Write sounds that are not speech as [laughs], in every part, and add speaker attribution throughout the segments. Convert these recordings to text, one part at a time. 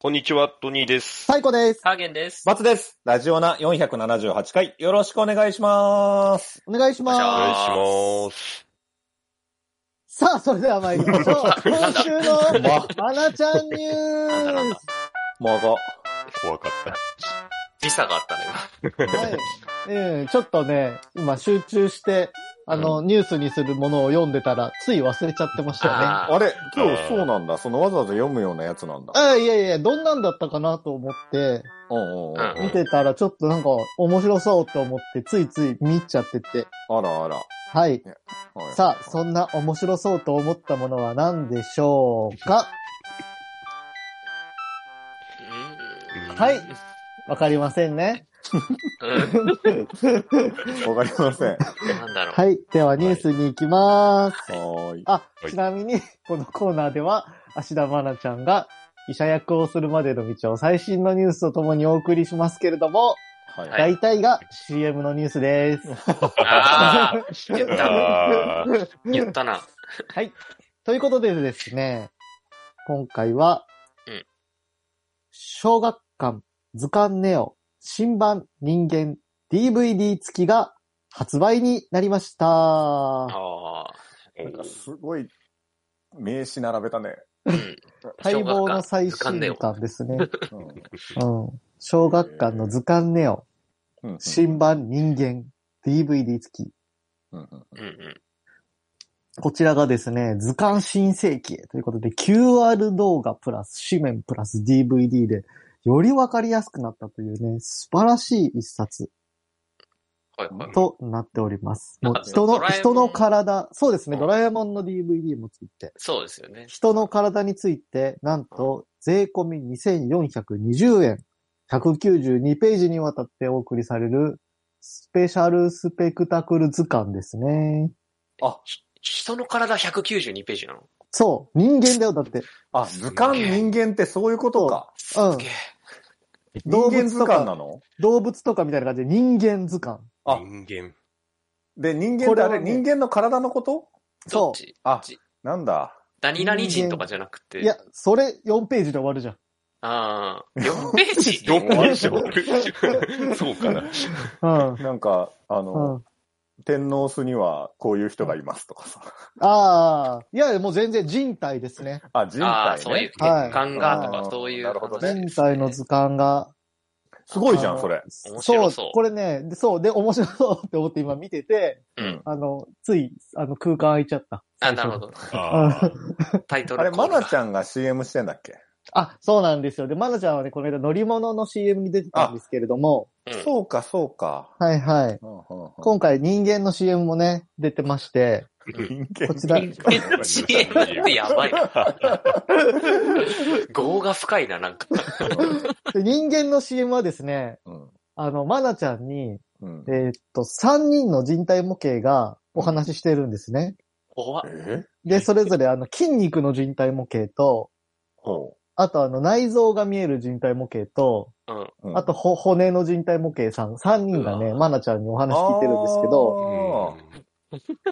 Speaker 1: こんにちは、トニーです。
Speaker 2: 最高です。
Speaker 3: ハーゲンです。
Speaker 4: 松です。ラジオナ478回、よろしくお願いします。
Speaker 2: お願いし
Speaker 3: お
Speaker 1: お願
Speaker 3: 願
Speaker 2: ま
Speaker 1: い
Speaker 2: す。
Speaker 1: します。
Speaker 2: さあ、それでは参りましょう。今週の、
Speaker 4: ま、
Speaker 2: まなちゃんニュ
Speaker 3: なんだなん
Speaker 2: ー
Speaker 3: だ
Speaker 2: ス。
Speaker 4: まが。
Speaker 1: 怖かった。
Speaker 3: 時差があったね、
Speaker 2: はい。うん、ちょっとね、今集中して、あの、ニュースにするものを読んでたら、つい忘れちゃってましたね。
Speaker 3: あー
Speaker 4: あれ今日そうなんだ。そのわざわざ読むようなやつなんだ。
Speaker 2: あいやいや、どんなんだったかなと思って、
Speaker 4: うんうんうん。あ
Speaker 3: うん
Speaker 2: 見てたらちょっとなんか面白そうと思って、ついつい見入っちゃってて。
Speaker 4: らあら。
Speaker 2: はい。
Speaker 4: はい
Speaker 2: さあ、そんな面白そうと思ったものは何でしょうか
Speaker 3: うん
Speaker 2: はいわかりませんね。
Speaker 3: うん
Speaker 4: わかりません。は
Speaker 3: なんだろう。
Speaker 2: はい。ではニュースに行きます。
Speaker 4: ーい。
Speaker 2: あ
Speaker 1: は、い
Speaker 2: ちなみに、 [laughs] このコーナーでは、芦田愛菜ちゃんが医者役をするまでの道を最新のニュースとともにお送りしますけれども、
Speaker 4: はい。
Speaker 3: はい
Speaker 2: 大体が CM のニュースです。
Speaker 3: ああ、
Speaker 2: [laughs]
Speaker 3: 言った。
Speaker 1: あー
Speaker 3: 言ったな。
Speaker 2: はい。ということでですね、今回は、
Speaker 3: うん
Speaker 2: 小学館図鑑ネオ新版人間 DVD 付きが発売になりました。は
Speaker 3: ああ。
Speaker 4: なんかすごい、名刺並べたね。
Speaker 3: うん
Speaker 2: 待望の最新刊ですね。
Speaker 4: うん
Speaker 2: うん。小学館の図鑑ネオ
Speaker 4: うんうん
Speaker 2: 新版人間 DVD 付き。
Speaker 4: うんうん
Speaker 3: うんうん
Speaker 2: こちらがですね、図鑑新世紀ということで QR 動画プラス紙面プラス DVD でよりわかりやすくなったというね、素晴らしい一冊
Speaker 3: はいはい。
Speaker 2: となっております。もう
Speaker 3: なんか
Speaker 2: 人
Speaker 3: ド
Speaker 2: の、
Speaker 3: ラえもん
Speaker 2: 人の体、そうですね、
Speaker 3: うん
Speaker 2: ドラえもんの DVD もついて、
Speaker 3: そうですよね。
Speaker 2: 人の体について、なんと税込み2420円、192ページにわたってお送りされるスペシャルスペクタクル図鑑ですね。
Speaker 3: ひ人の体192ページなの
Speaker 2: そう、人間だよ、だって。
Speaker 4: あ、図鑑人間ってそういうことか。
Speaker 2: うん
Speaker 3: すげ。え
Speaker 2: 動
Speaker 4: 人間
Speaker 2: 物
Speaker 4: 図
Speaker 2: とか
Speaker 4: 鑑なの
Speaker 2: 動物とかみたいな感じで人間図鑑。
Speaker 4: あ
Speaker 1: 人間。
Speaker 4: で、人間
Speaker 2: こ
Speaker 4: って
Speaker 2: れ
Speaker 4: あ
Speaker 2: はね
Speaker 4: れ、人間の体のこと
Speaker 2: そ
Speaker 3: どっち
Speaker 4: あ、なんだ。
Speaker 3: 何々人とかじゃなくて。
Speaker 2: う。いや、それ4ページで終わるじゃん。
Speaker 3: ああ。4ページ
Speaker 1: どこでし
Speaker 3: ジ
Speaker 1: ょう [laughs] そうかな。
Speaker 2: うん。
Speaker 4: なんか、あの、
Speaker 2: うん。
Speaker 4: 天皇巣にはこういう人がいますとかさ。
Speaker 2: ああ。いや、もう全然人体ですね。
Speaker 4: あ、人体、ね。
Speaker 3: ああ、そういう血
Speaker 2: はい
Speaker 3: 管がとか
Speaker 4: あー
Speaker 3: そういう
Speaker 4: なるほ
Speaker 3: 話
Speaker 4: ど
Speaker 3: です
Speaker 4: ね
Speaker 3: ね。
Speaker 2: 人体の図鑑が。
Speaker 4: すごいじゃ
Speaker 2: あ
Speaker 4: ん、
Speaker 2: の
Speaker 4: それ。
Speaker 3: 面白そう
Speaker 2: これね、でそう、で、面白そうって思って今見てて、
Speaker 3: うん
Speaker 2: あの、つい、あの、空間空いちゃった。
Speaker 3: あ、なるほど。
Speaker 1: あー
Speaker 3: タイトル
Speaker 4: あれ、
Speaker 3: コー
Speaker 4: マ
Speaker 3: ルが
Speaker 4: ナちゃんが CM してんだっけ
Speaker 2: あ、そうなんですよ。で、まなちゃんはね、この間乗り物の CM に出てたんですけれども、
Speaker 3: うん
Speaker 4: そうか、そうか。
Speaker 2: はいはい。
Speaker 4: うんうんうん
Speaker 2: 今回人間の CM もね、出てまして、
Speaker 4: 人
Speaker 3: [laughs]
Speaker 4: 間
Speaker 2: こちら
Speaker 3: CM ってやばい [laughs] な。業が深いな、なんか。
Speaker 2: で人間の CM はですね、
Speaker 4: うん
Speaker 2: あの、まなちゃんに、
Speaker 4: うん
Speaker 2: えーっと、3人の人体模型がお話ししてるんですね。
Speaker 3: 怖っ
Speaker 4: え
Speaker 2: で、それぞれあの筋肉の人体模型と、
Speaker 4: ほ
Speaker 2: あとあの内臓が見える人体模型と、
Speaker 3: うん。
Speaker 4: ううん
Speaker 2: あとほ骨の人体模型さん、3人がね、
Speaker 3: う
Speaker 2: まなちゃんにお話聞いてるんですけど、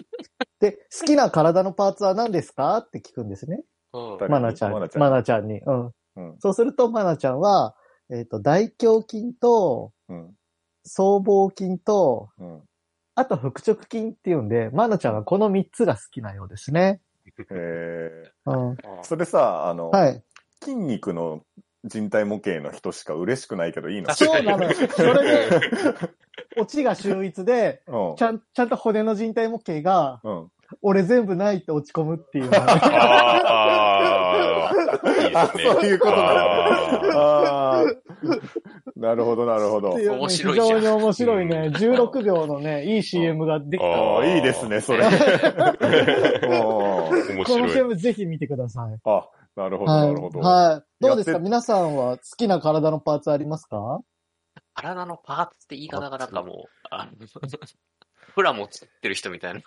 Speaker 2: で、好きな体のパーツは何ですかって聞くんですね。
Speaker 3: うん
Speaker 4: 誰に
Speaker 2: まなちゃん
Speaker 4: まな
Speaker 2: に
Speaker 4: ち。ゃん
Speaker 2: まなちゃんに。うん。
Speaker 4: うん
Speaker 2: そうすると、まなちゃんは、えーっと、大胸筋と、
Speaker 4: うん
Speaker 2: 僧帽筋と、
Speaker 4: うん
Speaker 2: あと、腹直筋っていうんで、まなちゃんはこの3つが好きなようですね。
Speaker 4: え
Speaker 2: うん。
Speaker 4: ーそれさ、あの、
Speaker 2: はい。
Speaker 4: 筋肉の人体模型の人しか嬉しくないけどいいの
Speaker 3: 確
Speaker 2: そ
Speaker 3: か
Speaker 2: う
Speaker 3: に
Speaker 2: なのよ。それで、オチが秀逸で、
Speaker 4: うん
Speaker 2: ちゃん、ちゃんと骨の人体模型が、
Speaker 4: うん。
Speaker 2: 俺全部ないって落ち込むっていうのがね、
Speaker 1: あーいいで
Speaker 4: あ、
Speaker 1: す
Speaker 4: そう
Speaker 1: ね。
Speaker 4: いうこと
Speaker 1: あ
Speaker 4: か。あーなるほど、なるほど [laughs]
Speaker 2: ってい。うね
Speaker 3: 面白
Speaker 2: 非
Speaker 3: いじゃん
Speaker 2: 常に面白いね
Speaker 1: う、ん
Speaker 2: 16秒のね、いい CM ができた。
Speaker 4: あ
Speaker 1: あ
Speaker 4: ーいいですね、 [laughs] それ。うん
Speaker 1: ー面
Speaker 2: こ
Speaker 1: 白
Speaker 2: の
Speaker 1: い。
Speaker 2: CM ぜひ見てください。
Speaker 4: あ、なるほど、
Speaker 2: は
Speaker 4: ないるほ。ど。
Speaker 2: はい。どうです
Speaker 4: や
Speaker 2: か
Speaker 4: って
Speaker 2: 皆さんは好きな体のパーツあります
Speaker 4: [laughs]
Speaker 2: か
Speaker 3: 体のパーツって言い方がなんかもう、あのプラモ作ってる人みたいな。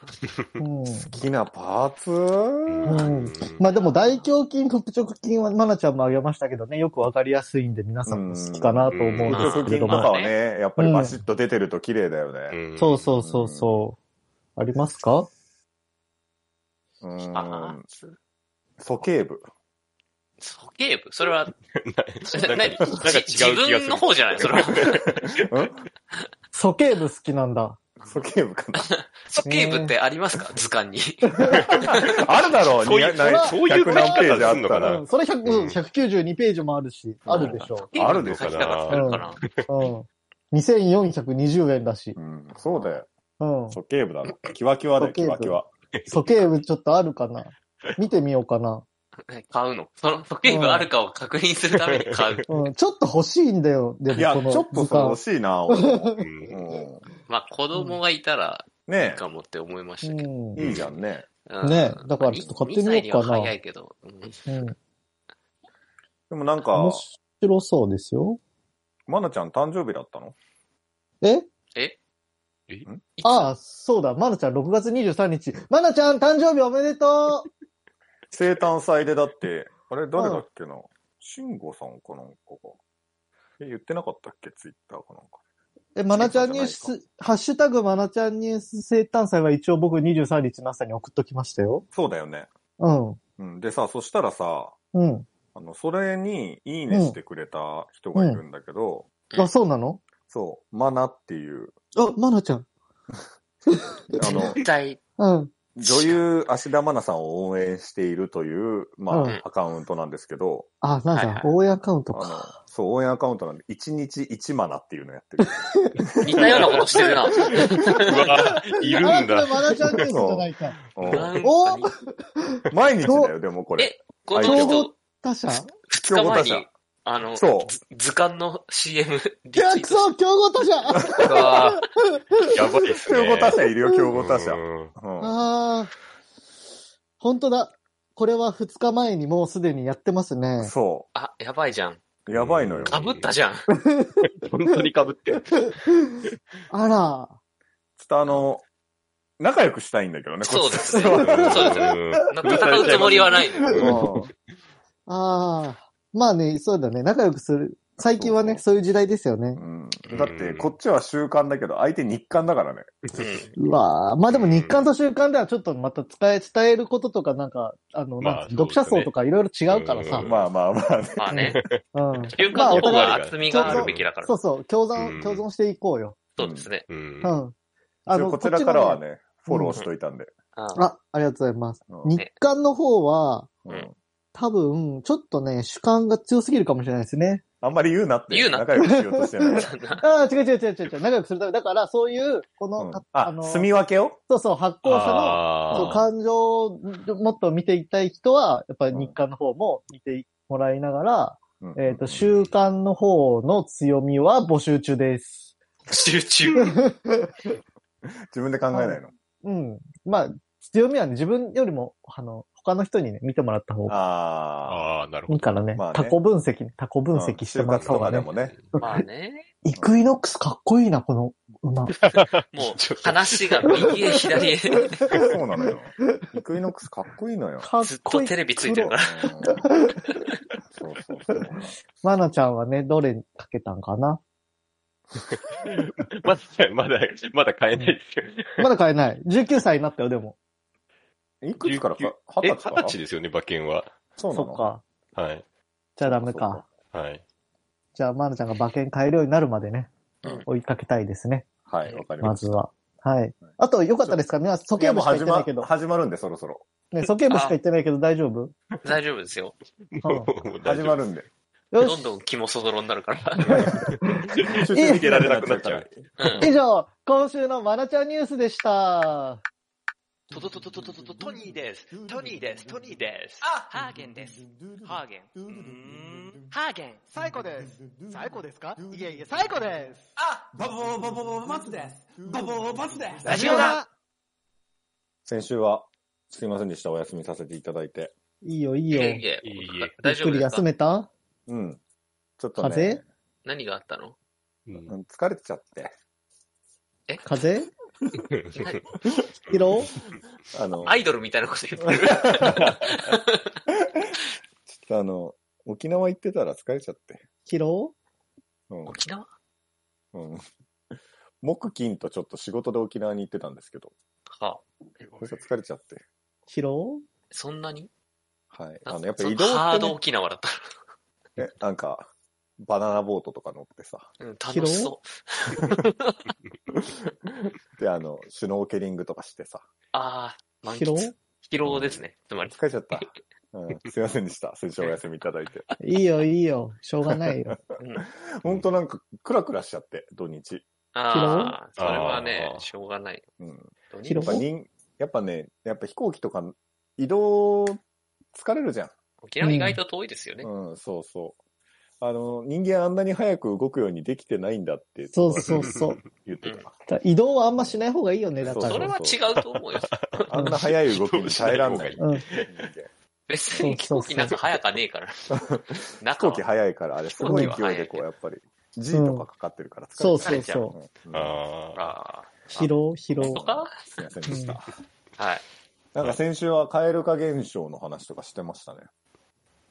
Speaker 2: うん。
Speaker 4: 好きなパーツ
Speaker 2: うんまあでも大胸筋、腹直筋は、まなちゃんもあげましたけどね、よくわかりやすいんで皆さんも好きかなと思うん
Speaker 4: 腹
Speaker 2: です
Speaker 4: 直
Speaker 2: け
Speaker 4: 筋
Speaker 2: れ
Speaker 4: と
Speaker 2: ど
Speaker 4: か
Speaker 2: も。
Speaker 4: はね、やっぱりバシッと出てると綺麗だよね。
Speaker 1: うん
Speaker 2: そうそうそうそう。ありますか
Speaker 4: うん。
Speaker 3: パーツ
Speaker 1: [laughs]
Speaker 4: 鼠径部。
Speaker 3: ソゲー部それは、
Speaker 1: なんか
Speaker 3: 何
Speaker 1: なんか違う気がする
Speaker 3: 自分の方じゃないそ
Speaker 1: [laughs]
Speaker 3: れは。
Speaker 2: ソケーブ好きなんだ。
Speaker 4: ソケー
Speaker 1: [laughs]
Speaker 4: ブかな。
Speaker 3: ソゲー部ってありますか図鑑に。
Speaker 4: あるだろう、
Speaker 1: そういう
Speaker 4: にな
Speaker 1: そういう書き
Speaker 4: 100何ページ
Speaker 1: 方
Speaker 4: あ
Speaker 1: すんのか
Speaker 4: ったら
Speaker 1: な
Speaker 2: うん、それ100、うん
Speaker 1: うん
Speaker 2: 192ページもあるし、あるでしょ
Speaker 4: あるでしょ
Speaker 3: 書きたかったのかな。
Speaker 2: う。うん。2420円だし。
Speaker 4: うん、そうだよ。
Speaker 2: うん。
Speaker 4: ソケーブだろ。キワキワだよ、
Speaker 2: ソケ
Speaker 4: キ
Speaker 2: ーブ
Speaker 4: ワキワ。
Speaker 2: ソケーブちょっとあるかな見てみようかな。
Speaker 3: 買うの。そのソゲー部あるかを確認するために買う。
Speaker 2: うん。ちょっと欲しいんだよ。で
Speaker 4: いや、
Speaker 2: もこ
Speaker 4: ち
Speaker 2: の
Speaker 4: ょっと
Speaker 2: 図
Speaker 4: それ
Speaker 2: 鑑
Speaker 4: 欲。しいな、俺も。
Speaker 1: うん
Speaker 4: うん
Speaker 3: まあ子供がいたらいい
Speaker 4: ね
Speaker 3: かもって思いましたけど。
Speaker 2: う
Speaker 4: え、いいじゃんね。
Speaker 3: うん
Speaker 2: ねだからちょっと買ってみようかな
Speaker 3: 2歳には早いけど。う
Speaker 2: ん。
Speaker 3: ん
Speaker 2: うん。
Speaker 4: でもなんか
Speaker 2: 面、白そうですよ。
Speaker 4: まなちゃん誕生日だったの
Speaker 2: え
Speaker 3: いつ
Speaker 2: ああ、そうだ。まなちゃん6月23日。まなちゃん誕生日おめでとう
Speaker 4: 生誕祭でだって、あれ、誰だっけな慎吾さんかなんかが。え、言ってなかったっけツイッターかなんか。
Speaker 2: え、まなちゃんニュース、ハッシュタグまなちゃんニュース生誕祭は一応僕23日の朝に送っときましたよ。
Speaker 4: そうだよね。
Speaker 2: うん。
Speaker 4: うん。でさ、そしたらさ、
Speaker 2: うん。
Speaker 4: あの、それに、いいねしてくれた人がいるんだけど、
Speaker 2: あ、そうなの
Speaker 4: そう、マナっていう、
Speaker 2: あ、まなちゃん。
Speaker 4: あ
Speaker 3: [laughs]
Speaker 4: の、
Speaker 3: 絶対、
Speaker 2: うん。
Speaker 4: 女優、芦田愛菜さんを応援しているという、まあ、
Speaker 2: うん
Speaker 4: アカウントなんですけど、
Speaker 2: あ、なん
Speaker 3: はいは
Speaker 2: だ
Speaker 3: い、
Speaker 2: 応援アカウント
Speaker 4: あ
Speaker 2: か。
Speaker 4: の、そう、応援アカウントなんで、1日1マナっていうのやってる。
Speaker 3: 似たようなことしてるな。
Speaker 1: うわいるん
Speaker 2: あ、これ
Speaker 1: だ。
Speaker 2: まなちゃんニュースじゃないか。
Speaker 4: うん
Speaker 3: なんか
Speaker 2: お
Speaker 4: 毎日だよ、でもこれ。
Speaker 3: この
Speaker 4: 競合
Speaker 3: 人、
Speaker 2: 他社
Speaker 3: 2日前
Speaker 4: 競合他
Speaker 3: に
Speaker 4: 社、
Speaker 3: あの、
Speaker 4: そう
Speaker 3: ず図鑑の CM リ
Speaker 2: いや、くそ、競合他社
Speaker 3: トが、
Speaker 1: やばいっすね。
Speaker 4: 競合他社いるよ、競合他社。
Speaker 1: うん
Speaker 4: うん。
Speaker 2: ああ。本当だ。これは2日前にもうすでにやってますね。
Speaker 4: そ
Speaker 3: あ、やばいじゃん。
Speaker 4: う。やばいのよ。
Speaker 3: 被ったじゃん。
Speaker 1: 本当に被ってる。
Speaker 2: あら。
Speaker 4: ちょっとあの、仲良くしたいんだけどね、
Speaker 3: そうで
Speaker 4: こっち
Speaker 3: すね。そうですね。
Speaker 1: ん
Speaker 3: なんか戦うつもりはないのよ。
Speaker 4: [laughs] うん
Speaker 2: ああ。まあね、そうだね。仲良くする。最近はね、そういう時代ですよね。
Speaker 4: うんだって、こっちは習慣だけど、相手日刊だからね。
Speaker 3: うん
Speaker 2: うわあまあでも日刊と週刊ではちょっとまた伝え、伝えることとかなんか、あの、
Speaker 1: まあ
Speaker 2: なんつう
Speaker 1: そうで
Speaker 2: 読
Speaker 1: すね
Speaker 2: 者層とかいろいろ違うからさ。
Speaker 1: うん
Speaker 4: まあまあまあね。
Speaker 3: まあね、
Speaker 2: うん。
Speaker 3: 中
Speaker 2: まあお
Speaker 3: 間の方
Speaker 2: 互い
Speaker 3: が厚みがあるべきだから
Speaker 2: そ。うそう、共
Speaker 1: う
Speaker 2: 存、
Speaker 1: ん
Speaker 2: 共存していこうよ。
Speaker 3: そうですね。
Speaker 1: うん
Speaker 2: う。ん。あ
Speaker 4: こちらからは
Speaker 2: こっ
Speaker 4: ね、フォローしといたんで。
Speaker 3: あ
Speaker 2: ちのねあ、ありがとうございます。
Speaker 4: うん
Speaker 2: 日刊の方は、
Speaker 4: うん
Speaker 2: 多分、ちょっとね、主観が強すぎるかもしれないですね。
Speaker 4: あんまり言うなって。
Speaker 3: 言うな
Speaker 4: 仲良くしよう
Speaker 2: [laughs]
Speaker 4: としてない。
Speaker 2: ああ、違う違う違う違う違う。仲良くするため。だから、そういう、こ
Speaker 4: う
Speaker 2: の、
Speaker 4: ん
Speaker 2: かあ
Speaker 4: あ
Speaker 2: の、、
Speaker 4: 住み分けを
Speaker 2: そうそう、発行者の、そう、
Speaker 1: あ
Speaker 2: 感情をもっと見ていきたい人は、やっぱり日刊の方も見てもらいながら、えっ、と、週刊の方の強みは募集中です。
Speaker 3: [laughs] 集中。
Speaker 4: 自分で考えないの。
Speaker 2: うん。まあ、強みはね、自分よりも、あの、他の人にね、見てもらった方が
Speaker 1: あ。
Speaker 4: あ
Speaker 1: ああ、なる
Speaker 2: い
Speaker 1: ほ
Speaker 2: い
Speaker 1: ど。
Speaker 2: からね。
Speaker 4: まあね
Speaker 2: タコ分析ね、タコ
Speaker 4: あ。
Speaker 2: 分析してもらった方が
Speaker 4: うん就活とか
Speaker 2: ね。
Speaker 4: でもね。
Speaker 3: まあね、
Speaker 2: イクイノックスかっこいいな、この馬。
Speaker 3: もう話が右へ左へ、 [laughs]
Speaker 4: そうなのよ。イクイノックスかっこいい
Speaker 1: [laughs]
Speaker 4: のよ。
Speaker 2: かっ
Speaker 3: ずっ
Speaker 2: こといい。
Speaker 3: テレビついてる
Speaker 4: う
Speaker 3: か
Speaker 4: ん
Speaker 3: ら。
Speaker 4: そうそうそう。
Speaker 2: マナちゃんはね、どれにかけたんかな
Speaker 1: [laughs] まだ、まだ、まだ買えないですよ。
Speaker 2: まだ買えない。19歳になったよ、でも。
Speaker 4: いくつからか
Speaker 1: え、
Speaker 4: 二
Speaker 1: 二
Speaker 4: 十歳か
Speaker 1: 十
Speaker 4: な
Speaker 1: 歳ですよね、馬券は。
Speaker 4: そうな
Speaker 2: そっ
Speaker 4: の
Speaker 2: か。
Speaker 1: はい。
Speaker 2: じゃあダメ
Speaker 4: そうかそう
Speaker 2: か
Speaker 4: か。
Speaker 1: はい。
Speaker 2: じゃあ、まるちゃんが馬券買えるようになるまでね
Speaker 3: うん、
Speaker 2: 追いかけたいですね、
Speaker 4: はい、わかり
Speaker 2: ま
Speaker 4: まし
Speaker 2: ずは。はい。あと、よかったですかね、ソ
Speaker 4: た。い
Speaker 2: ケー
Speaker 4: や、
Speaker 2: ブ
Speaker 4: も
Speaker 2: しか言って
Speaker 4: う始
Speaker 2: な
Speaker 4: ま
Speaker 2: いけど、
Speaker 4: 始まるんで、そろそろ。
Speaker 2: ね、ソケーブしか言ってないけど大丈夫
Speaker 3: 大丈夫ですよ。
Speaker 1: [laughs]
Speaker 2: うん
Speaker 4: 始まるんで。
Speaker 2: よ
Speaker 3: ど
Speaker 2: し
Speaker 3: んどん気もそぞろになるから。
Speaker 4: 集
Speaker 2: 中
Speaker 1: 見てられなくなっちゃう。
Speaker 3: うん
Speaker 2: 以上、今週のまなちゃんニュースでした。
Speaker 5: トトトトトトトトトニーです。トニーです。トニーです。あ、ハーゲンです。ハーゲン。うーんハーゲン。
Speaker 6: 最高です。最高ですかいえいえ、最高です。
Speaker 5: あ、バボーバボーババツです。バボーバツです。
Speaker 6: ラジオだ
Speaker 4: 先週は、すいませんでした。お休みさせていただいて。
Speaker 2: いいよ、いい
Speaker 3: い
Speaker 2: よ。
Speaker 3: えい
Speaker 2: ゆ
Speaker 3: え
Speaker 1: いえいえ
Speaker 3: 大
Speaker 2: っ
Speaker 3: 丈
Speaker 2: く
Speaker 3: 夫
Speaker 2: り
Speaker 3: です
Speaker 2: 休
Speaker 3: か
Speaker 2: めた
Speaker 4: うん。ちょっとね。
Speaker 2: 風邪
Speaker 3: 何があったの
Speaker 1: うん [laughs]
Speaker 4: うん疲れちゃって。
Speaker 2: 風邪疲労
Speaker 4: あの、
Speaker 3: アイドルみたいなこと言ってる。
Speaker 4: ちょっとあの、沖縄行ってたら疲れちゃって。
Speaker 2: 疲労
Speaker 4: うん。
Speaker 3: 沖縄
Speaker 4: うん。木金とちょっと仕事で沖縄に行ってたんですけど、
Speaker 3: はあ
Speaker 4: そしたら疲れちゃって。
Speaker 2: 疲労
Speaker 3: そんなに
Speaker 4: はい。
Speaker 3: な
Speaker 4: あ
Speaker 3: ん
Speaker 4: の、
Speaker 3: か
Speaker 4: やっぱ
Speaker 3: そ
Speaker 4: 移
Speaker 3: の
Speaker 4: 動
Speaker 3: ハ
Speaker 4: っ
Speaker 3: ード
Speaker 4: て
Speaker 3: 沖縄だった。
Speaker 4: ね、なんか、バナナボートとか乗ってさ、
Speaker 3: うん、楽しそう。
Speaker 4: で、あの、シュノーケリングとかしてさ、
Speaker 3: ああ、満
Speaker 2: 広
Speaker 3: 喫。疲労ですね。つまり。
Speaker 4: 疲れちゃった。うん、すいませんでした。先週お休みいただいて。
Speaker 2: いいよ、いいよ。しょうがないよ。
Speaker 3: うん、
Speaker 4: ほんとなんか、クラクラしちゃって、土日。
Speaker 3: ああ、それはね
Speaker 1: あ、ー
Speaker 3: しょうがない。
Speaker 4: うん。
Speaker 3: 土
Speaker 2: 疲
Speaker 4: や
Speaker 2: 労
Speaker 4: っぱ人、やっぱね、やっぱ飛行機とか、移動、疲れるじゃん。
Speaker 3: 沖縄意外と遠いですよね。
Speaker 4: うん、そうそう。あの、人間あんなに早く動くようにできてないんだって、
Speaker 2: そうそうそう。
Speaker 4: 言ってた。
Speaker 2: ただ移動はあんましない方がいいよね、だか
Speaker 4: うん
Speaker 3: それ
Speaker 2: ら。
Speaker 3: は違うと思うよ。
Speaker 4: あんな早い動きに耐えらんない。
Speaker 2: うん、
Speaker 4: 人間
Speaker 3: 別に飛行機なんか早かねえから。
Speaker 4: 飛
Speaker 3: 中
Speaker 4: 行機
Speaker 3: は
Speaker 4: 早いから、あれ、すごい勢いでこう、やっぱり、G とかかかってるから疲れちゃ
Speaker 2: そうそうそう。
Speaker 4: うんうん
Speaker 1: ああ。
Speaker 3: あ
Speaker 2: 疲労、疲労。
Speaker 3: とか
Speaker 4: すいませんでした。
Speaker 3: はい。
Speaker 4: なんか先週は蛙化現象の話とかしてましたね。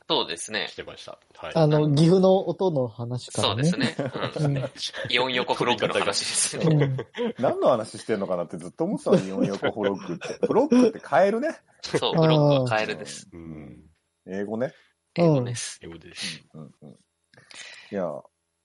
Speaker 3: そうですね
Speaker 1: 来。てました。はい。
Speaker 2: あの、岐阜の音の話か
Speaker 3: そ
Speaker 2: ら
Speaker 3: う
Speaker 2: ね。
Speaker 3: ですね。うん
Speaker 2: うん。
Speaker 3: イオン横フロッグの話です
Speaker 2: [laughs]
Speaker 3: ね。
Speaker 2: うん
Speaker 4: 何の話してんのかなってずっと思ってたのに、4横フロッグって。フロッグってカエルね。
Speaker 3: そう、フロッグはカエルです。
Speaker 1: うん。
Speaker 4: 英語ね。
Speaker 2: うん
Speaker 3: 英語です。
Speaker 1: 英語です。
Speaker 4: うんうん。いや、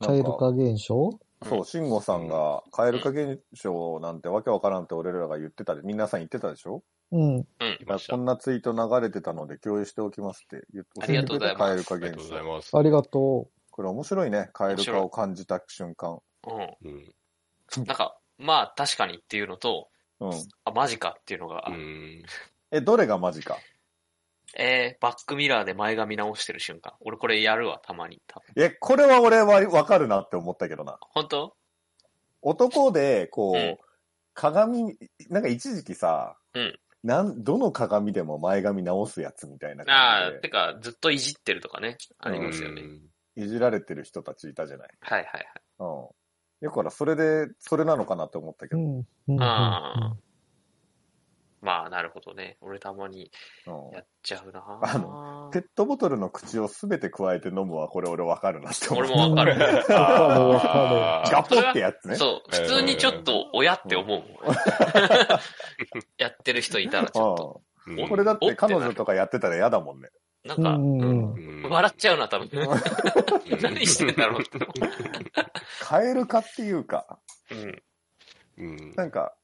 Speaker 4: な
Speaker 2: カエ
Speaker 4: ん
Speaker 2: ル化
Speaker 4: か、
Speaker 2: 現象
Speaker 4: そう、慎吾さんがカエル化現象なんてわけわからんって俺らが言ってたで、皆さん言ってたでしょ
Speaker 2: うん。
Speaker 3: うん
Speaker 1: 来。ました。
Speaker 4: こんなツイート流れてたので共有しておきますって言って
Speaker 3: ありがとうございます
Speaker 4: 教
Speaker 1: あ
Speaker 4: え
Speaker 1: りがと
Speaker 4: てく
Speaker 1: うご
Speaker 4: れたカ
Speaker 1: ざ
Speaker 4: エル化
Speaker 1: い
Speaker 4: 現象。
Speaker 1: ます。
Speaker 2: ありがと
Speaker 4: これ面白いね。カエル化を感じた瞬間。
Speaker 3: う
Speaker 1: うん。
Speaker 3: ん。なんか、まあ確かにっていうのと、
Speaker 4: うん。
Speaker 3: あ、マジかっていうのが、
Speaker 1: うん。
Speaker 4: え、どれがマジか
Speaker 3: えー、バックミラーで前髪直してる瞬間。俺これやるわ、たまに。た
Speaker 4: え、これは俺はわかるなって思ったけどな。
Speaker 3: 本当
Speaker 4: 男で、こう、
Speaker 3: うん
Speaker 4: 鏡、なんか一時期さ、
Speaker 3: うん
Speaker 4: なん、どの鏡でも前髪直すやつみたいな
Speaker 3: あ
Speaker 4: 感
Speaker 3: あ、
Speaker 4: じ
Speaker 3: てか、ずっといじってるとかね。あ
Speaker 1: あ
Speaker 3: りますよね。
Speaker 4: で、いじられてる人たちいたじゃない。
Speaker 3: はいはいはい。
Speaker 4: うん。だから、それで、それなのかなって思ったけ
Speaker 2: う。うん。
Speaker 4: ど、
Speaker 2: うん。うん
Speaker 3: あまあ、なるほどね。俺たまに
Speaker 4: うん
Speaker 3: やっちゃうな
Speaker 4: あ
Speaker 3: の
Speaker 4: ペットボトルの口をすべて加えて飲むは、これ俺わかるなって思っ
Speaker 3: 俺
Speaker 4: た。
Speaker 3: もわ
Speaker 2: [laughs]
Speaker 3: かる。
Speaker 2: わか
Speaker 1: あー
Speaker 4: [laughs] ガポってやつね。
Speaker 3: そう、普通にちょっと親って思う [laughs] もん。やってる人いたらちょっと。
Speaker 1: う
Speaker 4: うん
Speaker 1: ん
Speaker 4: これだって彼女とかやってたら嫌だもんね。
Speaker 3: なんか、
Speaker 2: うんうん
Speaker 3: うん笑っちゃうな、多分。
Speaker 2: [laughs]
Speaker 3: 何してんだろうって思
Speaker 4: カエル化っていうか、
Speaker 3: う。うん。
Speaker 1: うん
Speaker 3: [laughs]
Speaker 1: うん
Speaker 4: なんか、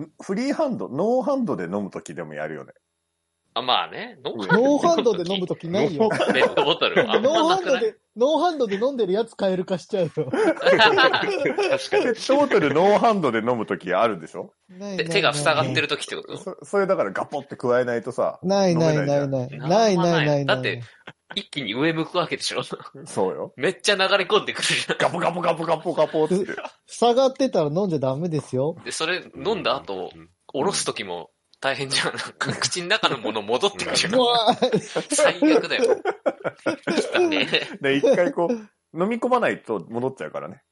Speaker 4: んフリーハンド、ノーハンドで飲むときでもやる
Speaker 3: [laughs]
Speaker 4: よね。
Speaker 3: あまあね、ノ
Speaker 2: うんノーハンドで飲む
Speaker 3: と
Speaker 2: ときないよ。
Speaker 3: [laughs] ペットボトルはあ
Speaker 2: ノ
Speaker 3: ん
Speaker 2: ー
Speaker 3: ま
Speaker 2: ハ
Speaker 3: な
Speaker 2: ン
Speaker 3: くな
Speaker 2: ド
Speaker 3: い
Speaker 2: で、ノーハンドで飲んでるやつカエル化しちゃうよ。
Speaker 1: 確かに。
Speaker 4: ペットボトルノーハンドで飲むときあるでしょ
Speaker 2: ない
Speaker 3: 手
Speaker 2: ない
Speaker 3: 手が塞がってる
Speaker 2: る。
Speaker 3: ときってこと
Speaker 4: そそれだからガポって加えないとさ、
Speaker 2: ないないないない。ないないないない。
Speaker 3: だって、一気に上向くわけでしょ [laughs]
Speaker 4: そうよ。
Speaker 3: めっちゃ流れ込んでくるじゃ
Speaker 4: ガポガポガポガポガポって。
Speaker 2: 塞がってたら飲んじゃダメです
Speaker 3: [laughs]
Speaker 2: よ。
Speaker 3: ん。で、それ飲んだ後、
Speaker 1: うん
Speaker 3: おろすときも大変じゃん。なんか口の中のもの戻ってくるじゃん
Speaker 2: う。わー
Speaker 3: 最悪だよ。ね
Speaker 4: で、一回こう、飲み込まないと戻っちゃうからね。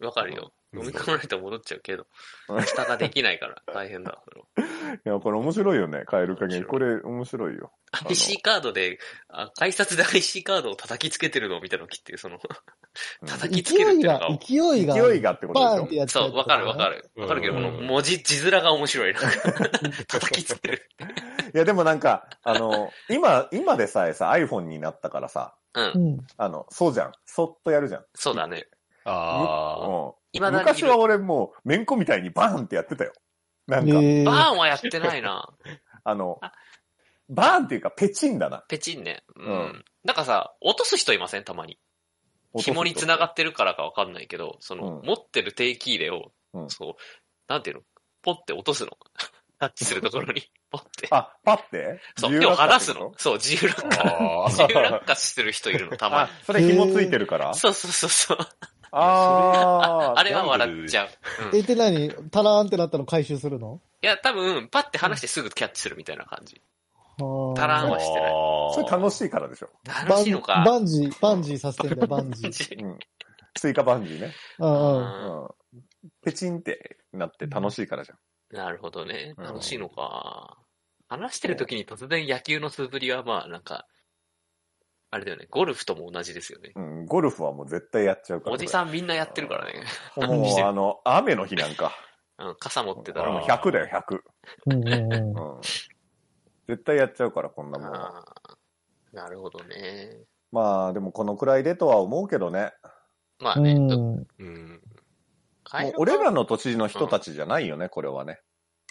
Speaker 3: うん、わかるよ。
Speaker 1: うん
Speaker 3: 飲み込まれて戻っちゃうけど
Speaker 4: うん、
Speaker 3: 下ができないから大変だ。それはい
Speaker 4: や、これ面白いよね、カエル加減。
Speaker 3: 面白い
Speaker 4: これ面白いよ。あの
Speaker 3: IC カードで、あ改札で IC カードを叩きつけてるのを見たのきっていう、その、
Speaker 4: うん
Speaker 3: 叩きつけるっ
Speaker 2: 勢
Speaker 3: て
Speaker 2: い
Speaker 3: いうの
Speaker 2: が
Speaker 3: が、、
Speaker 2: 勢いが、
Speaker 4: 勢いがってこ
Speaker 2: バーン
Speaker 4: と
Speaker 2: っ
Speaker 4: で
Speaker 2: て
Speaker 4: し
Speaker 2: やつ、
Speaker 3: そう、わかるわか
Speaker 2: る。
Speaker 3: る。わかるけど、
Speaker 1: う
Speaker 3: こ
Speaker 1: ん
Speaker 3: の文字、字面が面白い。なんか叩きつける。
Speaker 4: ょいや、でもなんか、あの、今、今でさえさ、iPhone になったからさ、
Speaker 3: うん
Speaker 2: う、ん。
Speaker 4: あの、そうじゃん。そっとやるじゃん。
Speaker 3: そうだね。
Speaker 1: あ
Speaker 4: うん
Speaker 3: 未だにいる
Speaker 4: 昔は俺もう、めんこみたいにバーンってやってたよ。なんか、
Speaker 2: えー
Speaker 3: バーンはやってないな。 [laughs]
Speaker 4: あの
Speaker 3: あ、
Speaker 4: バーンっていうか、ペチンだな。
Speaker 3: ペチンね。う。
Speaker 4: うん
Speaker 3: なんかさ、落とす人いませんたまに。紐に繋がってるからかわかんないけど、その、
Speaker 4: うん
Speaker 3: 持ってる定期入れを、
Speaker 4: うん
Speaker 3: そう、なんていうのポッて落とすの。タッチするとこ
Speaker 4: [laughs]
Speaker 3: ろに、ポッて。
Speaker 4: あ、パって
Speaker 3: そう、
Speaker 4: 自由
Speaker 3: 手を
Speaker 4: 落下
Speaker 3: 離
Speaker 4: って
Speaker 3: す
Speaker 4: こと
Speaker 3: の。そう、自由落
Speaker 1: あ。
Speaker 3: 下。
Speaker 1: ああ。
Speaker 3: 自由落下してる人いるの、たま
Speaker 4: あ、それ紐ついてるから
Speaker 3: に。そうそうそうそう。
Speaker 4: あー
Speaker 3: あれは笑っちゃう。うん
Speaker 2: え
Speaker 3: い
Speaker 2: って何タラーンってなったの回収するの
Speaker 3: や、多分、パッて離してすぐキャッチするみたいな感じ。タ
Speaker 2: タ
Speaker 3: ラーンはしてない。
Speaker 4: それ楽しいからでしょ。
Speaker 3: 楽しいのか。
Speaker 2: バンジー、バンジーさせて
Speaker 3: [laughs]
Speaker 2: んだよ、バンジー。
Speaker 4: うん。追加バンジーね。
Speaker 2: うんうん。
Speaker 4: うん。ペチンってなって楽しいからじゃん。
Speaker 3: なるほどね。
Speaker 4: うん
Speaker 3: 楽しいのか。話してる時に突然野球の素振りはまあなんか、あれだよね。ゴルフとも同じですよね。
Speaker 4: うん、ゴルフはもう絶対やっちゃうから。
Speaker 3: おじさんみんなやってるからね。
Speaker 4: んもう、あの、雨の日なんか。
Speaker 3: うん、傘持ってた
Speaker 4: 俺
Speaker 3: ら。
Speaker 4: も100だよ、100。
Speaker 2: うんうんうん
Speaker 4: うん。絶対やっちゃうから、こんなもんは。
Speaker 3: あーなるほどね。
Speaker 4: まあ、でもこのくらいでとは思うけどね。
Speaker 3: まあ
Speaker 2: う
Speaker 3: ね、
Speaker 2: ん。
Speaker 3: ど
Speaker 1: うん。
Speaker 3: カエ
Speaker 4: もう
Speaker 3: ル
Speaker 4: 俺らの年の人たちじゃないよね、これはね。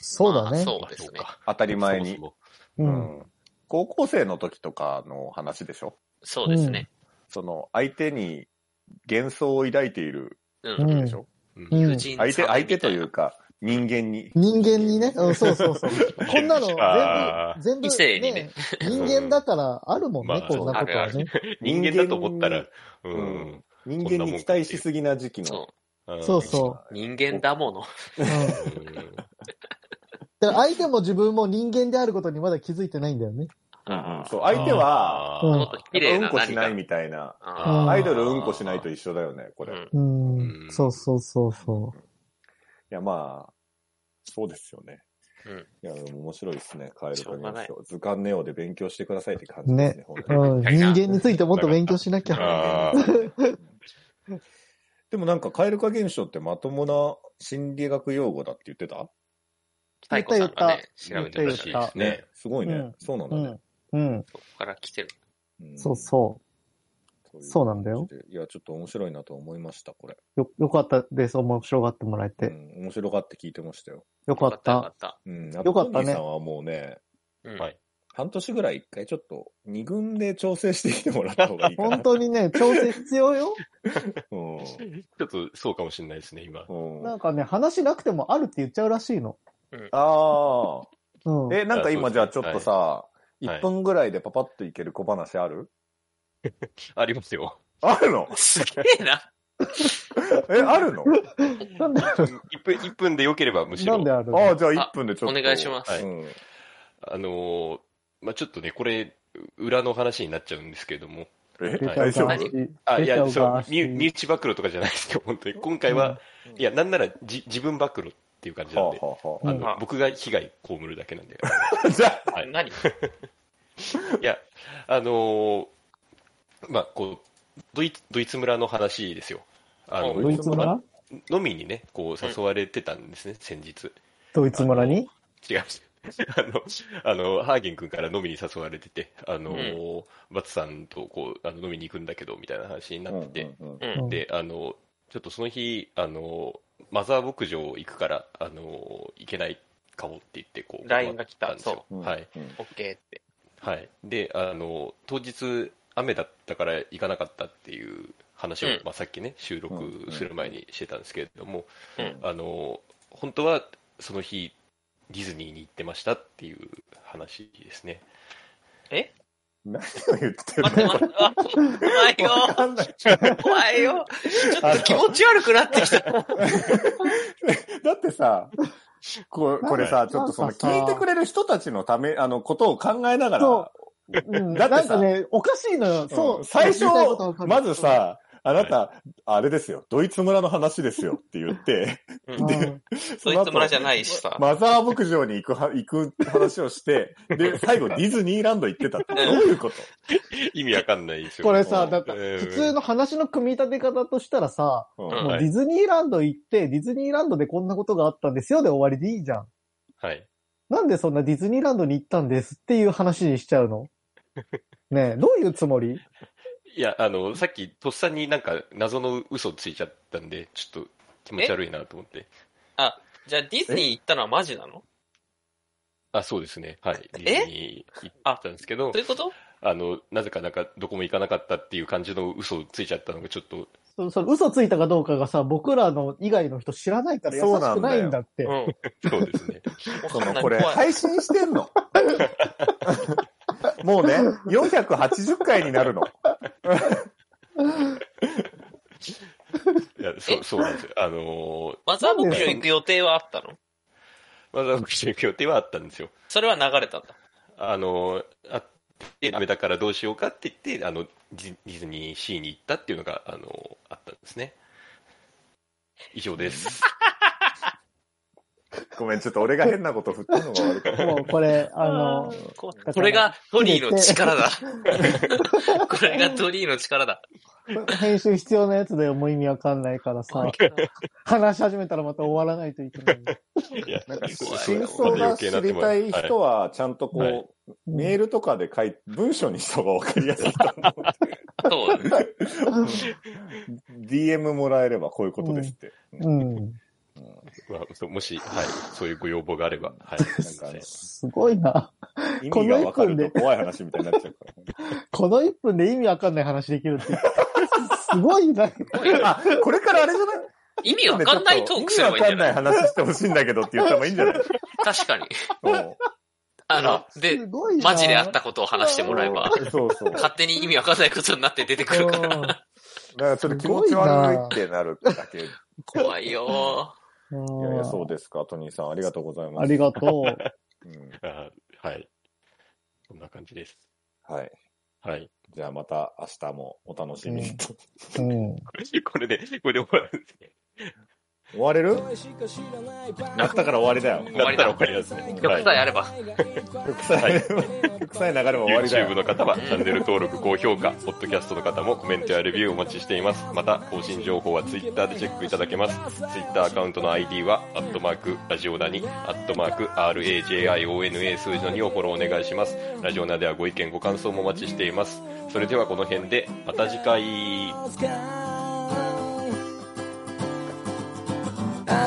Speaker 2: そうだ
Speaker 3: まあ
Speaker 2: ね。
Speaker 3: そうですね
Speaker 1: あ。か
Speaker 4: 当たり前に
Speaker 1: そ。も
Speaker 4: う
Speaker 2: うん。
Speaker 4: ん。高校生の時とかの話でしょ
Speaker 3: そうですね。
Speaker 4: その、相手に幻想を抱いている
Speaker 3: う
Speaker 2: うん
Speaker 3: ん。
Speaker 4: でしょ、
Speaker 1: そもうん
Speaker 2: うん
Speaker 3: 友人
Speaker 4: 相手、相手とい
Speaker 3: か
Speaker 4: うか、人間に。
Speaker 2: 人間にね。うん、そうそう
Speaker 3: [laughs]
Speaker 2: そう。こんなの
Speaker 1: あー
Speaker 2: 全部、
Speaker 3: 異
Speaker 2: 全
Speaker 3: 性
Speaker 2: 部、
Speaker 3: に
Speaker 2: ね
Speaker 3: ね、
Speaker 2: 人間だからあるもんね、
Speaker 1: まあ
Speaker 2: こんなことはね。
Speaker 1: 人間だと思ったら、う
Speaker 4: うんん。。人間に期待しすぎな時期の。
Speaker 3: そ。
Speaker 1: うん
Speaker 2: そうそう
Speaker 3: 人間だもの。
Speaker 2: う。うん。だ
Speaker 1: うん
Speaker 2: から相手も自分も人間であることにまだ気づいてないんだよね。
Speaker 4: そう、相手は、
Speaker 1: あ
Speaker 2: う
Speaker 1: ー
Speaker 3: もっ
Speaker 2: ん
Speaker 3: と綺麗
Speaker 4: う
Speaker 3: なん何か
Speaker 4: こしないみたいな。
Speaker 3: あー
Speaker 4: アイドルうんこしないと一緒だよね、これ。
Speaker 3: う
Speaker 4: い
Speaker 3: ん
Speaker 2: うん。
Speaker 1: うん
Speaker 2: そうそうそうそ
Speaker 4: や、まあ、そうですよね。
Speaker 3: うん
Speaker 4: いや、でも面白いですね、カエル
Speaker 3: しょう
Speaker 4: 君
Speaker 3: が
Speaker 4: の
Speaker 3: ない
Speaker 4: 図鑑ネオで勉強してくださいって感じですね、本
Speaker 2: う。
Speaker 4: 当に
Speaker 2: うん。
Speaker 3: はいな
Speaker 2: 人間についてもっと勉強しなきゃ。
Speaker 1: あ
Speaker 4: でもなんか、カエル化現象ってまともな心理学用語だって言ってた
Speaker 3: 太鼓さんがね、
Speaker 1: ー。調
Speaker 3: 調
Speaker 1: べ
Speaker 3: べて
Speaker 1: て
Speaker 3: た
Speaker 1: ほ
Speaker 3: らし
Speaker 1: し
Speaker 3: い
Speaker 1: い
Speaker 3: で。
Speaker 1: ですすね。
Speaker 4: すごいね。
Speaker 2: うん
Speaker 4: そうなん
Speaker 2: う
Speaker 4: だね
Speaker 2: ん。。うん。
Speaker 3: そこから来てる。
Speaker 4: ん
Speaker 2: そうそ
Speaker 4: とい
Speaker 2: そうなんだよ
Speaker 4: 感じで。いや、ちょっと面白いなと思いました、これ。
Speaker 2: う。よ、よかったです。面白がってもらえ
Speaker 4: う
Speaker 2: て。
Speaker 4: ん、面白がって聞いてましたよ。
Speaker 2: よかっ
Speaker 3: よか
Speaker 2: た
Speaker 3: っ。た。
Speaker 4: うん、
Speaker 2: よかったね
Speaker 4: アップル兄さんはもうね、
Speaker 3: うん
Speaker 1: はい。
Speaker 4: 半年ぐらい一回ちょっと二軍で調整してきてもらった方がいいかな。
Speaker 2: 本当にね、調整必要よ。
Speaker 4: う
Speaker 1: ちょっとそうかもしれないですね、今。
Speaker 4: ん。うん、
Speaker 2: な
Speaker 4: あ
Speaker 2: んかね、話なくてもあるって言っちゃうらしいの。
Speaker 4: あ
Speaker 2: うん
Speaker 4: ー。。え、なんか今じゃあちょっとさ、
Speaker 1: い
Speaker 4: 一分ぐらいでパパッといける小話ある、
Speaker 1: ありますよ。
Speaker 4: あるの
Speaker 3: すげえな。
Speaker 4: え、あるの
Speaker 2: なんである
Speaker 1: 1分、一分で良ければむしろ。
Speaker 2: なんである
Speaker 4: ああ、じゃあ一分でちょっと。
Speaker 3: お願いします
Speaker 1: はい
Speaker 4: うん
Speaker 1: あのーまあちょっとね、これ、裏の話になっちゃうんですけれども。
Speaker 4: え、
Speaker 2: 出ちゃう
Speaker 4: 大丈
Speaker 2: か
Speaker 4: 夫
Speaker 1: あ、い
Speaker 2: 出ちゃ
Speaker 1: や、
Speaker 2: う
Speaker 1: そう
Speaker 2: か、
Speaker 1: 身身内暴露とかじゃないですよ、本当に。今回は、いや、なんならじ自分暴露っていう感じなん
Speaker 4: は
Speaker 1: で
Speaker 4: あ、、はあは
Speaker 1: あ
Speaker 2: うん
Speaker 1: の、僕が被害被るだけなんで。
Speaker 4: あ、じゃあ、
Speaker 1: はい
Speaker 3: 何
Speaker 1: いや、あのーまあこう、ドイツ、ドイツ村の話ですよ。あの、
Speaker 2: ドイツ村
Speaker 1: 飲みにね、こう誘われてたんですね、先日。
Speaker 2: ドイツ村に
Speaker 1: 違う。 [laughs] あの、あの、ハーゲン君から飲みに誘われてて、あのー、バツさんとこう、あの飲みに行くんだけど、みたいな話になってて、
Speaker 4: うんうんうん
Speaker 3: うん。
Speaker 1: で、あの、ちょっとその日、あの、マザー牧場行くから、あの、行けないかもって言って、こう、
Speaker 3: LINE が来た
Speaker 1: 断ったんですよ
Speaker 4: そう
Speaker 1: はい。
Speaker 4: うん
Speaker 3: オッケーって。
Speaker 1: はい。で、あの、当日、雨だったから行かなかったっていう話を、
Speaker 3: うん
Speaker 1: まあ、さっきね、収録する前にしてたんですけれども、
Speaker 3: うん
Speaker 1: あの、本当はその日、ディズニーに行ってましたっていう話ですね。
Speaker 4: 何を言ってる
Speaker 3: 待って待って、あ怖い
Speaker 4: のわか
Speaker 3: よ。
Speaker 4: んない。
Speaker 3: 怖いよ。ちょっと気持ち悪くなってきた。
Speaker 4: だってさ、ここれ
Speaker 1: な
Speaker 4: さ、ちょっとその
Speaker 2: なんかさ
Speaker 4: 聞いてくれる人たちのため、あの、ことを考えながら
Speaker 2: そ、うん、
Speaker 4: だ
Speaker 2: な
Speaker 4: ってさ
Speaker 2: んかね、おかしいのよ。そうう。
Speaker 4: ん最初
Speaker 2: 言いたいことわか、る
Speaker 4: まず、さ、あなた、あれですよ、ドイツ村の話ですよって
Speaker 3: [laughs]
Speaker 4: 言って、
Speaker 2: うん
Speaker 3: そいつ村じゃないしさ。
Speaker 4: マザー牧場に行くは、行く話をして、で、最後ディズニーランド行ってたって、どういうこと
Speaker 1: [laughs] 意味わかんないですよ。
Speaker 2: これさ、だって
Speaker 1: うん
Speaker 2: 普通の話の組み立て方としたらさ、
Speaker 4: うん
Speaker 3: うん
Speaker 2: もう
Speaker 1: はい
Speaker 2: ディズニーランド行って、ディズニーランドでこんなことがあったんですよで終わりでいいじゃん。
Speaker 1: はい。
Speaker 2: なんでそんなディズニーランドに行ったんですっていう話にしちゃうのねえ、どういうつもり
Speaker 1: いや、あの、さっき、とっさになんか、謎の嘘ついちゃったんで、ちょっと気持ち悪いなと思って。
Speaker 3: じゃあディズニー行ったのはマジなの
Speaker 1: あ、そうですね。はい。デ
Speaker 3: え
Speaker 1: ィズニー行ったんですけど
Speaker 3: どう、いうこと
Speaker 1: あの、なぜかなんか、どこも行かなかったっていう感じの嘘をついちゃったのが、ちょっと、
Speaker 2: そその嘘ついたかどうかがさ、僕らの以外の人知らないから優しくないんだって。
Speaker 3: うん。
Speaker 1: そうです
Speaker 4: [laughs]
Speaker 1: ね。
Speaker 4: そ
Speaker 3: わかん
Speaker 4: の、
Speaker 3: ない
Speaker 4: これ、
Speaker 3: 怖い
Speaker 4: 配信してんの [laughs] もうね、480回になるの。
Speaker 1: いや、そう、そうなんですよ。あのー、
Speaker 3: マザー牧場行く予定はあったの
Speaker 1: マザー牧場行く予定はあったんですよ。
Speaker 3: それは流れたんだ。
Speaker 1: あのー、あって、ダメだからどうしようかって言って、あの、ディディズニーシーに行ったっていうのが、あのー、
Speaker 4: [laughs]
Speaker 1: あったんですね。以上です。
Speaker 4: ごめん、ちょっと俺が変なこと振ったのが悪かった。
Speaker 2: もうこ
Speaker 4: [laughs]
Speaker 2: れ、あの、
Speaker 3: ここれがトニーの力だ。これがトニーの力だ。
Speaker 2: 編集必要なやつだよ、もう意味わかんないから
Speaker 4: [laughs]
Speaker 2: さ。話し始めたらまた終わらないといけない。
Speaker 1: いや、
Speaker 4: なんか
Speaker 1: そう
Speaker 4: 真相が知りたい
Speaker 1: はい
Speaker 4: 人は、ちゃんとこう、
Speaker 1: はい
Speaker 4: メールとかで書いて、文章にした方が分かりやすいと思う。
Speaker 3: そうだね。
Speaker 4: DM もらえればこういうことですって。
Speaker 2: う
Speaker 4: うん
Speaker 2: ん。
Speaker 1: まあそうもし、はい、そういうご要望があれば、はい。
Speaker 4: なんかあの
Speaker 2: すごいな。
Speaker 4: 意味が分かると怖い話みたいになっちゃうから、
Speaker 2: この1分で意味わかんない話できるって。すごいな。
Speaker 4: あ、これからあれじゃない
Speaker 3: 意味わかんないトークすればいいんじゃない
Speaker 4: 意味わかんない話してほしいんだけどって言った方がいいんじゃない
Speaker 3: 確かに。
Speaker 4: うん
Speaker 3: あの、で、
Speaker 2: すごいな。
Speaker 3: マジであったことを話してもらえば、
Speaker 4: そうそう。だか
Speaker 3: 勝手に意味わかんないことになって出てくるから。
Speaker 4: らちょっと気持ち悪いってなるだけ。い
Speaker 3: 怖いよ
Speaker 2: うん。
Speaker 4: やいや、そうですか。トニーさん、ありがとうございます。
Speaker 2: ありがとう。
Speaker 4: うん
Speaker 1: あはい。そんな感じです。
Speaker 4: はい。
Speaker 1: はい。
Speaker 4: じゃあまた明日もお楽しみに。
Speaker 2: うん。
Speaker 1: これで、これで終わるんですね。
Speaker 4: 終われるなったから終わりだよ。
Speaker 3: 終わりだ
Speaker 1: なったら終わりです
Speaker 3: [laughs]
Speaker 1: ね。
Speaker 3: 曲さえあれば
Speaker 1: は
Speaker 4: 臭い
Speaker 1: い。、
Speaker 4: [laughs] 臭い流れも終わりだ
Speaker 1: YouTube
Speaker 4: よ。
Speaker 1: の方はチャンネル登録、高評価、ポッドキャストの方もコメントやレビューお待ちしています。また、更新情報は Twitter でチェックいただけます。Twitter アカウントの ID は、アットマーク、ラジオナに、アットマーク、RAJIONA 数字の2をフォローお願いします。ラジオナではご意見、ご感想もお待ちしています。それではこの辺で、また次回。